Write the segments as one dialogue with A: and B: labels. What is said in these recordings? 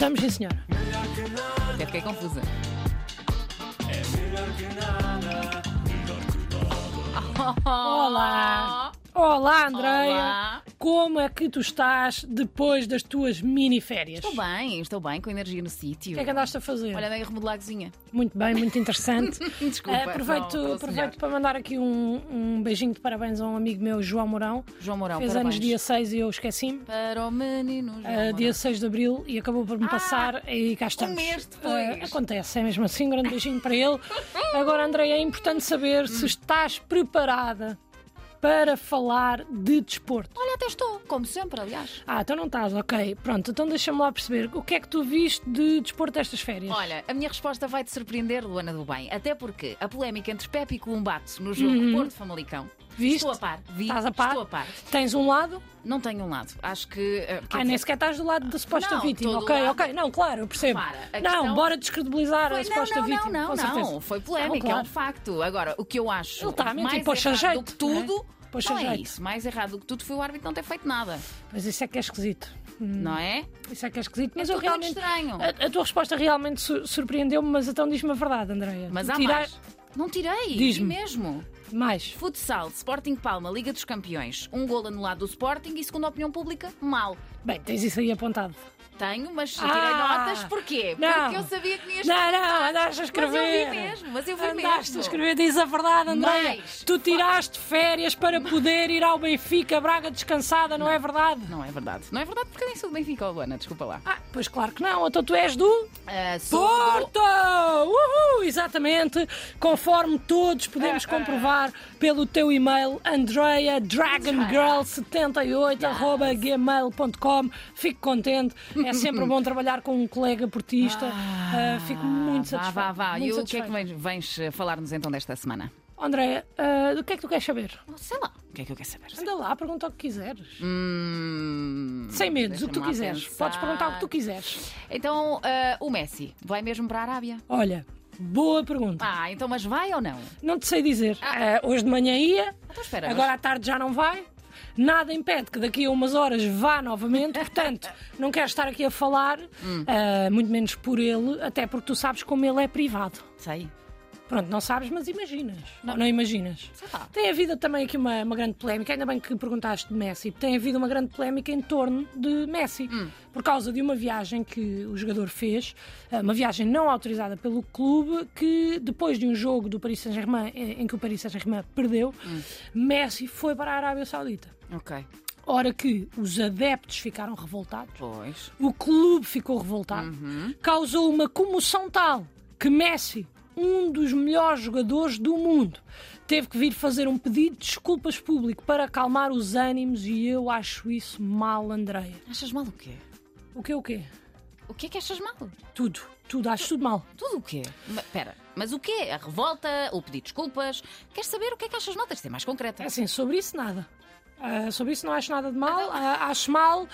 A: Vamos, sim, senhora.
B: Até fiquei confusa.
A: Olá.
B: Oh,
A: Olá, Andreia.
B: Olá.
A: Como é que tu estás depois das tuas mini férias?
B: Estou bem, estou bem, com energia no sítio.
A: O que é que andaste a fazer?
B: Olha, andei a remodelar a cozinha. Ah,
A: Muito bem, muito interessante.
B: Desculpa.
A: Eh, aproveito
B: não, não,
A: aproveito
B: senhor.
A: para mandar aqui um, um beijinho de parabéns a um amigo meu, João Mourão.
B: João Mourão,
A: Fez
B: parabéns.
A: anos dia 6 e eu esqueci-me.
B: Para o menino João
A: Eh,
B: Mourão. Ah, um
A: dia 6 de Abril e acabou por me passar e cá estamos.
B: mês depois.
A: Eh, acontece, é mesmo assim. Um grande beijinho para ele. Agora, André, é importante saber se estás preparada para falar de desporto.
B: Olha, até estou, como sempre, aliás.
A: Ah, então não estás, ok. Pronto, então deixa-me lá perceber o que é que tu viste de desporto estas férias.
B: Olha, a minha resposta vai te surpreender, Luana do Bem. Até porque a polémica entre Pepe e Columbato no jogo Porto-Famalicão.
A: Uhum. Viste?
B: Estou a par. Vi,
A: Estás a par?
B: Estou a par.
A: Tens um lado?
B: Não tenho um lado. Acho que. eh, quer
A: Ah,
B: dizer,
A: nem sequer estás do lado da suposta
B: Não,
A: vítima.
B: estou do
A: Ok,
B: lado-
A: ok, não, claro, eu percebo.
B: Repara, a
A: não,
B: questão-
A: bora descredibilizar a
B: Foi- não,
A: suposta
B: não,
A: vítima.
B: não,
A: com
B: não,
A: certeza.
B: não. Foi polémica,
A: Não,
B: é um
A: claro.
B: facto. Agora, o que eu acho
A: Ele está a mentir
B: mais
A: para o seu
B: errado
A: jeito,
B: do que tudo.
A: não é? Para o seu
B: não é
A: jeito.
B: isso. Mais errado do que tudo foi o árbitro não ter feito nada,
A: Mas isso é que é esquisito.
B: não é?
A: Isso é que é esquisito, mas eu
B: tudo
A: realmente.
B: muito
A: eh,
B: estranho.
A: A, a tua resposta realmente su- surpreendeu-me, mas então diz-me a verdade, Andréia.
B: Mas
A: Tu
B: há
A: tira-
B: mais. Não tirei,
A: Diz-me.
B: vi mesmo.
A: mais.
B: Futsal, Sporting Palma, Liga dos Campeões. Um gol anulado do Sporting e, segundo a opinião pública, mal.
A: Bem, tens isso aí apontado.
B: Tenho, mas tirei
A: Ah,
B: notas. Porquê?
A: não.
B: Porque eu sabia que me ias
A: Não, não, andaste a escrever.
B: Mas eu vi mesmo, mas eu vi
A: andaste
B: mesmo.
A: a escrever, diz a verdade, Andréia.
B: Mas-
A: Tu tiraste férias para poder ir ao Benfica, Braga descansada, não é verdade?
B: Não é verdade. Não é verdade porque eu nem sou do Benfica, Luana, desculpa lá.
A: Ah, pois claro que não. Então tu és do.
B: Ah, sou do-
A: Porto! Uhul! Exatamente, conforme todos
B: Ah,
A: podemos comprovar pelo teu e-mail andreadragongirl78.gmail.com Fico contente, é sempre bom trabalhar com um colega portista. Ah, fico muito
B: Vá,
A: satisfeito.
B: vá, vá.
A: muito
B: E o que é que
A: satisfeito.
B: vens, vens, eh, falar-nos então desta semana?
A: Andréia, ah, o que é que tu queres saber?
B: Sei lá. O que é que eu quero saber?
A: Anda lá, pergunta o que quiseres.
B: Hum,
A: Sem medos, o que tu
B: deixa-me lá
A: quiseres.
B: pensar.
A: Podes perguntar o que tu quiseres.
B: Então, eh, o Messi vai mesmo para a Arábia?
A: Olha, boa pergunta.
B: Ah, então, mas vai ou não?
A: Não te sei dizer. Ah, hoje de manhã ia,
B: Então, espera.
A: agora à tarde já não vai. Nada impede que daqui a umas horas vá novamente, portanto, não quero estar aqui a falar,
B: Hum.
A: ah, muito menos por ele, até porque tu sabes como ele é privado.
B: mas- Sei.
A: Pronto, não sabes, mas imaginas. Ou Não, imaginas.
B: Sei lá.
A: Tem havido também aqui uma, uma grande polémica, ainda bem que perguntaste de Messi, tem havido uma grande polémica em torno de Messi,
B: Hum.
A: por causa de uma viagem que o jogador fez, eh, uma viagem não autorizada pelo clube, que depois de um jogo do Paris Saint-Germain, eh, em que o Paris Saint-Germain perdeu,
B: Hum.
A: Messi foi para a Arábia Saudita.
B: Ok.
A: Ora que os adeptos ficaram revoltados,
B: Pois.
A: o clube ficou revoltado. Causou uma comoção tal que Messi, um dos melhores jogadores do mundo, teve que vir fazer um pedido de desculpas público para acalmar os ânimos e eu acho isso mal, Andreia.
B: Achas mal o quê?
A: O que é o quê?
B: O que é que achas mal?
A: Tudo. Tudo, acho tudo mal.
B: Tudo o quê? Espera, mas o quê? A revolta? O pedir desculpas? Queres saber o que é que achas mal? Tens de ser mais concreta.
A: É assim, sobre isso nada. Ah, sobre isso não acho nada de mal. Ah, acho mal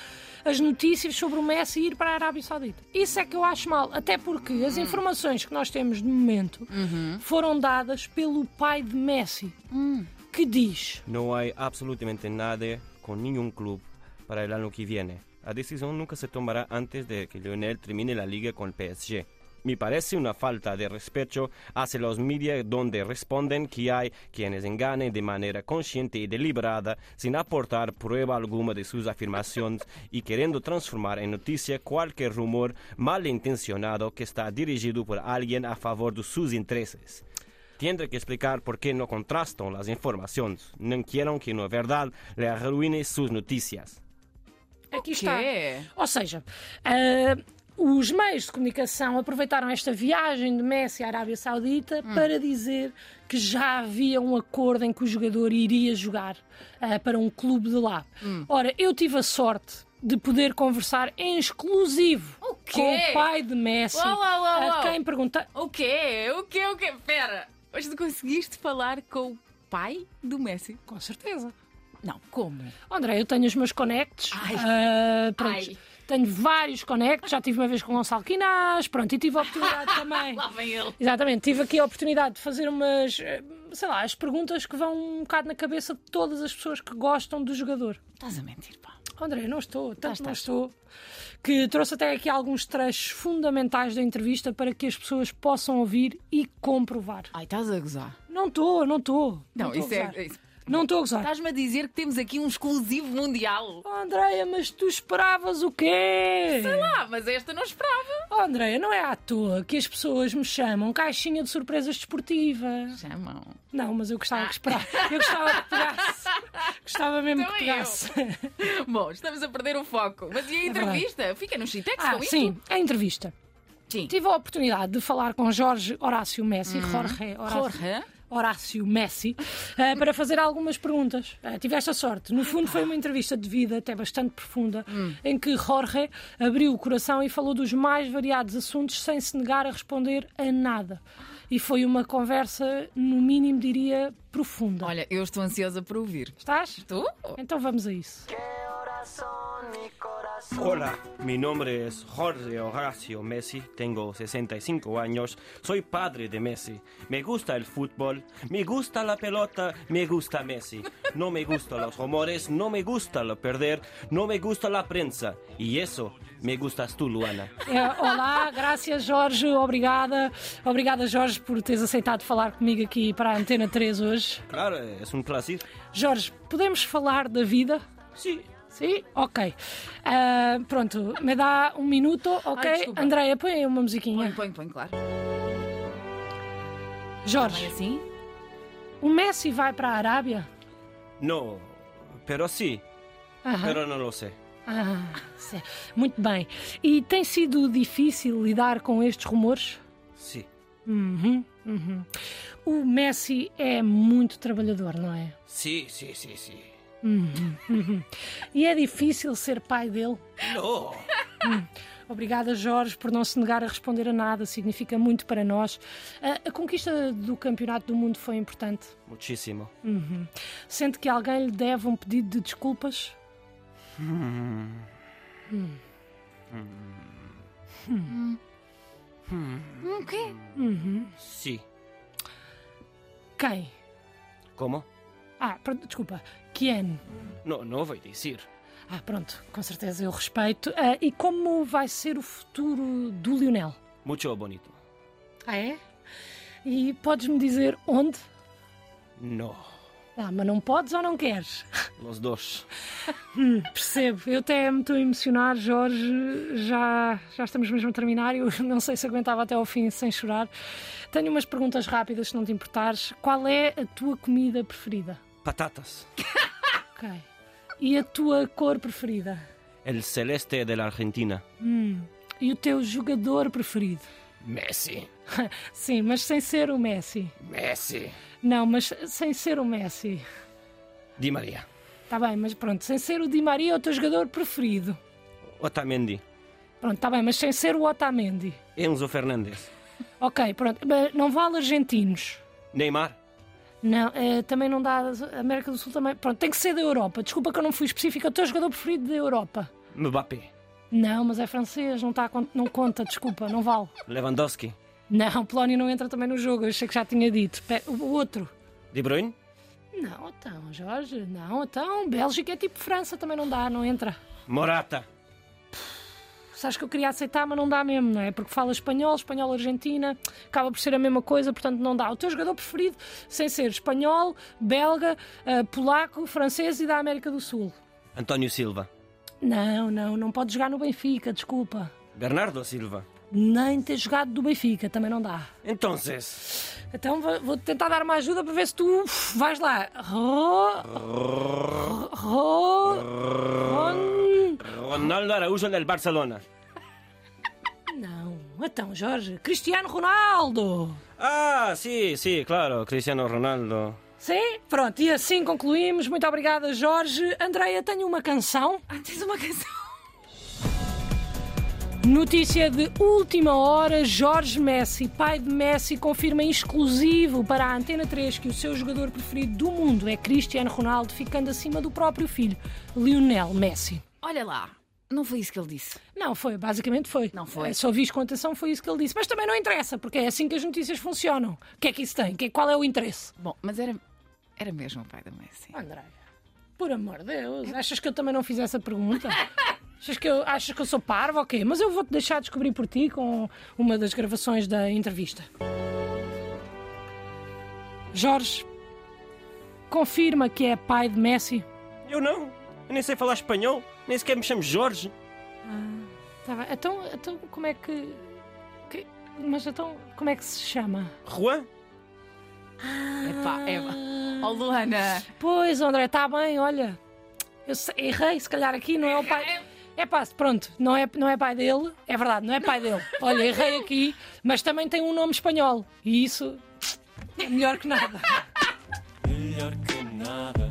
A: as notícias sobre o Messi ir para a Arábia Saudita. Isso é que eu acho mal, até porque as informações que nós temos de momento foram dadas pelo pai de Messi, que diz.
C: No hay absolutamente nada con ningún club para el año que viene. La decisión nunca se tomará antes de que Lionel termine la liga con el PSG. Me parece una falta de respeto hacia los medios donde responden que hay quienes engañan de manera consciente y deliberada sin aportar prueba alguna de sus afirmaciones y queriendo transformar en noticia cualquier rumor malintencionado que está dirigido por alguien a favor de sus intereses. Tendré que explicar por qué no contrastan las informaciones. No quiero que la verdad le arruine sus noticias.
A: Aqui
B: quê?
A: está. Ou seja, ah, os meios de comunicação aproveitaram esta viagem de Messi à Arábia Saudita
B: Hum.
A: para dizer que já havia um acordo em que o jogador iria jogar ah, para um clube de lá.
B: Hum.
A: Ora, eu tive a sorte de poder conversar em exclusivo
B: O quê?
A: com o pai de Messi,
B: Uau, uau, uau,
A: a
B: uau.
A: quem pergunta.
B: O quê? O quê? O quê? Pera, mas tu conseguiste falar com o pai do Messi?
A: Com certeza.
B: Não, como?
A: André, eu tenho os meus conectos.
B: Ai.
A: ah, pronto.
B: Ai.
A: Tenho vários conectos, já tive uma vez com o Gonçalo Quinás, pronto, e tive a oportunidade também.
B: Lá Ah, vem ele.
A: Exatamente, tive aqui a oportunidade de fazer umas, eh, sei lá, as perguntas que vão um bocado na cabeça de todas as pessoas que gostam do jogador.
B: Estás a mentir, pá.
A: Oh, André, não estou, tanto não
B: estás.
A: estou, que trouxe até aqui alguns trechos fundamentais da entrevista para que as pessoas possam ouvir e comprovar.
B: Ai, estás a gozar.
A: Não estou, não estou.
B: Não,
A: estou
B: isso
A: a
B: é-
A: gozar.
B: isso-
A: Não estou a gozar.
B: Estás-me a dizer que temos aqui um exclusivo mundial.
A: Oh, Andréia, mas tu esperavas o quê?
B: Ah, mas esta não esperava.
A: Oh, Andréia, não é à toa que as pessoas me chamam caixinha de surpresas desportivas.
B: Chamam.
A: Não, mas eu gostava
B: Ah.
A: que esperar. Eu gostava que pegasse. Gostava mesmo
B: Então
A: que
B: é
A: pegasse.
B: Bom, estamos a perder o foco. Mas e a entrevista? Fica no Chitex
A: É Ah,
B: com
A: sim,
B: isto?
A: a entrevista.
B: Sim.
A: Tive a oportunidade de falar com Jorge Horácio Messi, Jorge Horácio,
B: Hum. Jorge?
A: Horácio Messi, eh, para fazer algumas perguntas. Eh, tive esta sorte. No fundo, foi uma entrevista de vida, até bastante profunda,
B: Hum.
A: em que Jorge abriu o coração e falou dos mais variados assuntos sem se negar a responder a nada. E foi uma conversa, no mínimo, diria, profunda.
B: Olha, eu estou ansiosa por ouvir.
A: Estás?
B: Tu?
A: Então vamos a isso.
C: Hola, mi nombre es Jorge Horacio Messi, tengo 65 años, soy padre de Messi, me gusta el fútbol, me gusta la pelota, me gusta Messi, no me gustan los rumores, no me gusta lo perder, no me gusta la prensa y eso me gustas tú, Luana.
A: É, olá, graças Jorge, obrigada. Obrigada Jorge por teres aceitado falar comigo aqui para a Antena 3 hoje.
C: Claro, es un placer.
A: Jorge, podemos falar da vida?
C: Sí,
A: Sim? Ok. Ah, pronto, me dá um minuto,
B: Ai,
A: ok?
B: desculpa.
A: Andréia, põe aí uma
B: Põe,
A: musiquinha.
B: põe, põe, claro. Põe
A: Jorge,
B: assim?
A: o Messi vai para a Arábia?
C: no, pero sí,
A: Aham.
C: pero no lo sé.
A: Ah, sim. muito bem. E tem sido difícil lidar com estes rumores?
C: Sí,
A: Uhum, uhum. O Messi é muito trabalhador, não é?
C: sí, sí, sí, sí.
A: E é difícil ser pai dele.
C: No,
A: Obrigada, Jorge, por não se negar a responder a nada, significa muito para nós. A, a conquista do Campeonato do Mundo foi importante.
C: muchísimo.
A: Sente que alguém lhe deve um pedido de desculpas?
B: Hum, quê?
C: Sí,
A: Quem?
C: ¿cómo?
A: Ah, pronto, desculpa. Quien?
C: No, no voy a decir.
A: Ah, pronto, com certeza eu respeito. Ah, e como vai ser o futuro do Lionel?
C: Mucho bonito.
A: Ah, é? E podes-me dizer onde?
C: No.
A: Ah, mas não podes ou não queres?
C: Los dos.
A: Percebo, eu até me estou a emocionar, Jorge. Já, já estamos mesmo a terminar. Eu não sei se aguentava até ao fim sem chorar. Tenho umas perguntas rápidas, se não te importares. Qual é a tua comida preferida?
C: Patatas.
A: Ok. E a tua cor preferida?
C: El celeste de la Argentina.
A: E o teu jogador preferido?
C: Messi.
A: Sim, mas sem ser o Messi.
C: Messi.
A: Não, mas sem ser o Messi.
C: Di María.
A: Está bem, mas pronto, sem ser o Di Maria, o teu jogador preferido.
C: Otamendi.
A: Pronto, está bem, mas sem ser o Otamendi.
C: Enzo Fernández.
A: Ok, pronto. Mas Não vale argentinos.
C: Neymar.
A: Não, eh, também não dá. América do Sul também. Pronto, tem que ser da Europa. Desculpa que eu não fui específica. O teu jogador preferido da Europa.
C: Mbappé.
A: Não, mas é francês, não, tá, a con- não conta, desculpa, não vale.
C: Lewandowski.
A: Não, Polónia não entra também no jogo, eu achei que já tinha dito. Pe- O o outro.
C: De Bruyne.
A: Não, então, Jorge, não, então, Bélgica é tipo França, também não dá, não entra.
C: Morata.
A: Sabes que eu queria aceitar, mas não dá mesmo, não é? Porque fala espanhol, espanhol, argentina, acaba por ser a mesma coisa, portanto não dá. O teu jogador preferido, sem ser espanhol, belga, eh, polaco, francês e da América do Sul.
C: António Silva.
A: Não, não, não pode jogar no Benfica, desculpa.
C: Bernardo Silva.
A: Nem ter jogado do Benfica, também não dá.
C: Entonces.
A: Então vou- vou tentar dar uma ajuda para ver se tu uf, vais lá. Ro- Ro- Ron-
C: Ronaldo Araújo del Barcelona.
A: Não, então Jorge, Cristiano Ronaldo.
C: Ah, sí, sí, claro. Cristiano Ronaldo.
A: Sim, pronto, e assim concluímos. Muito obrigada, Jorge. Andreia, tenho uma canção.
B: Ah, tens uma canção.
A: Notícia de última hora: Jorge Messi, pai de Messi, confirma em exclusivo para a Antena 3 que o seu jogador preferido do mundo é Cristiano Ronaldo, ficando acima do próprio filho, Lionel Messi.
B: Olha lá. Não foi isso que ele disse.
A: Não, foi, basicamente foi.
B: Não foi.
A: Eh, Só vi contação, foi isso que ele disse. Mas também não interessa, porque é assim que as notícias funcionam. O que é que isso tem? Que- Qual é o interesse?
B: Bom, mas era, era mesmo o pai da Messi.
A: André, por amor de Deus, achas que eu também não fiz essa pergunta? Achas que, eu, achas que eu sou parvo? Ok, mas eu vou-te deixar descobrir por ti com uma das gravações da entrevista. Jorge, confirma que é pai de Messi?
C: Eu não. Eu nem sei falar espanhol. Nem sequer me chamo Jorge.
A: Tá bem. Então, então como é que, que- Mas então, como é que se chama?
C: Juan?
B: Epá, é. Oh, Luana!
A: Pois, André, está bem, olha. Eu se- errei, se calhar aqui não é o pai. É pá, pronto, não é, não é pai dele, é verdade, não é pai dele. Olha, errei aqui, mas também tem um nome espanhol e isso é melhor que nada.
D: Melhor que nada.